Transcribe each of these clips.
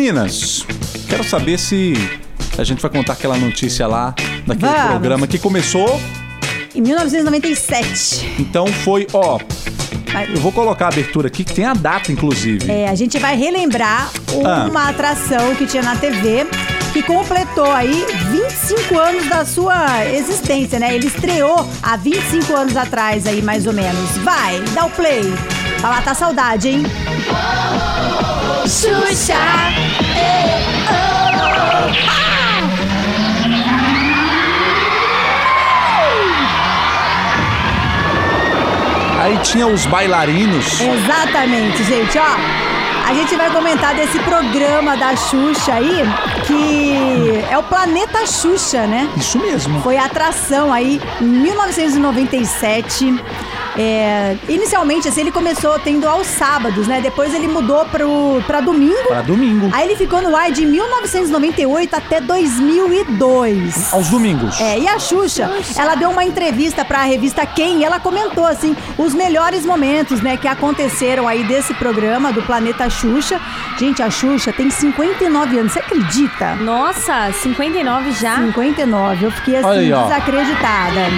Meninas, quero saber se a gente vai contar aquela notícia lá daquele Vamos. programa que começou. Em 1997. Então foi, ó. Vai. Eu vou colocar a abertura aqui que tem a data, inclusive. É, a gente vai relembrar Ah. uma atração que tinha na TV que completou aí 25 anos da sua existência, né? Ele estreou há 25 anos atrás aí, mais ou menos. Vai, dá o play. Vai matar a saudade, hein? Xuxa, Aí tinha os bailarinos. Exatamente, gente, ó. A gente vai comentar desse programa da Xuxa aí, que é o Planeta Xuxa, né? Isso mesmo. Foi a atração aí em 1997. É, inicialmente, assim, ele começou tendo aos sábados, né? Depois ele mudou pro, pra domingo. Para domingo. Aí ele ficou no ar de 1998 até 2002. Aos domingos. É, e a Xuxa, ela deu uma entrevista pra revista Quem e ela comentou, assim, os melhores momentos, né, que aconteceram aí desse programa do Planeta Xuxa. Gente, a Xuxa tem 59 anos, você acredita? Nossa, 59 já? 59, eu fiquei assim, Olha aí, ó. desacreditada.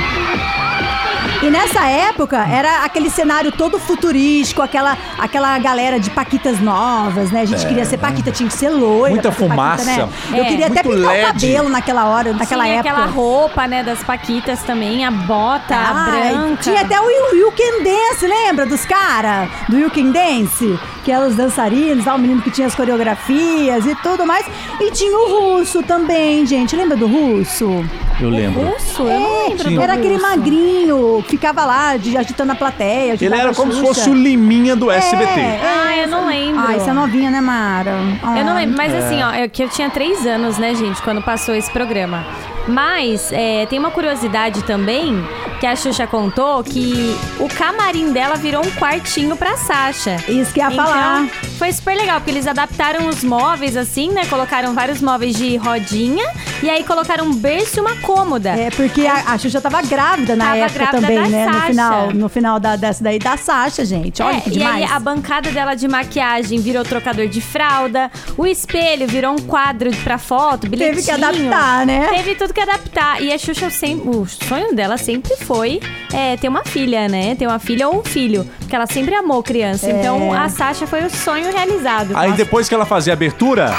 E nessa época era aquele cenário todo futurístico, aquela, aquela galera de paquitas novas, né? A gente queria ser paquita, tinha que ser É. loira. Muita pra ser né? fumaça. Eu É. queria até Muito pintar LED. o cabelo naquela hora, naquela tinha época. aquela roupa, né, das paquitas também, a bota, a Ai, branca. Tinha até o You, You Can Dance, lembra dos caras? Do You Can Dance? Que eram os dançarinos, lá, o menino que tinha as coreografias e tudo mais. E tinha o russo também, gente. Lembra do russo? Eu lembro. Russo? Eu não É, lembro. Sim. do era aquele russo. magrinho, que ficava lá de- agitando a plateia. Ele agitava era a como se Xuxa. fosse o Liminha do SBT. É. Ah, eu não lembro. Ai, você é novinha, né, Mara? Ah. Eu não lembro, mas assim, ó, é que eu tinha três anos, né, gente, quando passou esse programa. Mas é, tem uma curiosidade também que a Xuxa contou que o camarim dela virou um quartinho pra Sasha. Isso que ia Então- falar. foi super legal, porque eles adaptaram os móveis assim, né? Colocaram vários móveis de rodinha e aí colocaram um berço e uma cômoda. É, porque a, a Xuxa tava grávida na Tava época grávida também, da né? No Sasha. final, no final da, dessa daí da Sasha, gente. Olha É, que e aí demais. a bancada dela de maquiagem virou trocador de fralda, o espelho virou um quadro pra foto, Teve bilhetinho. que adaptar, né? Teve tudo que adaptar. E a Xuxa sempre. O sonho dela sempre foi é, ter uma filha, né? Ter uma filha ou um filho. Porque ela sempre amou criança. É. Então a Sasha foi o sonho realizado. Aí depois que ela fazia a abertura.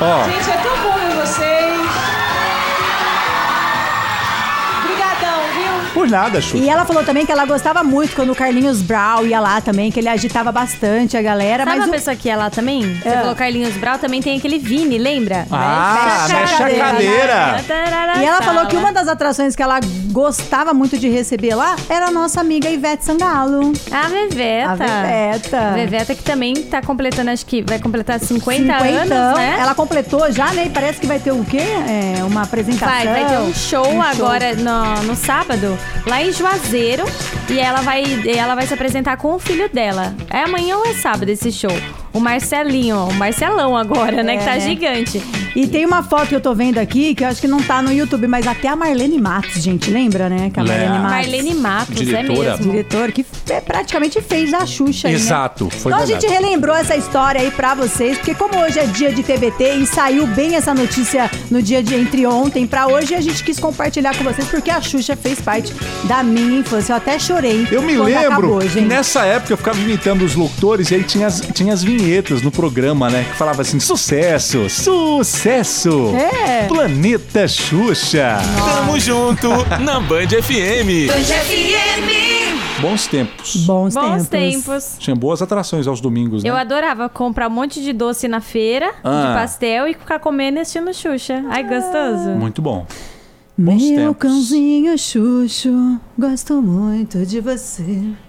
Ó, Gente, é tão bom ver vocês. Obrigadão, viu? por nada, Xuxa. E ela falou também que ela gostava muito quando o Carlinhos Brown ia lá também, que ele agitava bastante a galera. Sabe mas uma o- pessoa que é lá também? Você É. falou Carlinhos Brau, também tem aquele Vini, lembra? Ah, mexe a né? E ela falou que uma das atrações que ela gostava muito de receber lá era a nossa amiga Ivete Sangalo. A Veveta. A Veveta. Veveta que também tá completando, acho que vai completar 50, anos, Cinquentão. né? Ela completou já, né? E parece que vai ter o quê? É, uma apresentação. Vai, vai ter um show um agora No, no sábado, lá em Juazeiro. E ela vai, ela vai se apresentar com o filho dela. É amanhã ou é sábado esse show? O Marcelinho, ó, o Marcelão agora, né? Que tá É. gigante. E tem uma foto que eu tô vendo aqui, que eu acho que não tá no YouTube, mas até a Marlene Matos, gente, lembra, né? Que a Lembra. Marlene Matos. Marlene Matos, Diretora. é mesmo. Diretor que é, praticamente fez a Xuxa. aí, né? Exato, foi Então verdade. a gente relembrou essa história aí pra vocês, porque como hoje é dia de TBT e saiu bem essa notícia no dia de entre ontem pra hoje, a gente quis compartilhar com vocês porque a Xuxa fez parte da minha infância. Eu até chorei. Eu me quando lembro acabou, que gente. nessa época eu ficava imitando os locutores e aí tinha as, tinha as vinhetas no programa, né? Que falava assim: sucesso, sucesso! É. Planeta Xuxa! Tamo junto na Band FM. Bons tempos. Bons, tempos. Bons tempos. Tinha boas atrações aos domingos, né? Eu adorava comprar um monte de doce na feira, Ah. de pastel, e ficar comendo e assistindo Xuxa. Ai, gostoso. Muito bom. Bons Meu tempos. cãozinho Xuxo, gosto muito de você.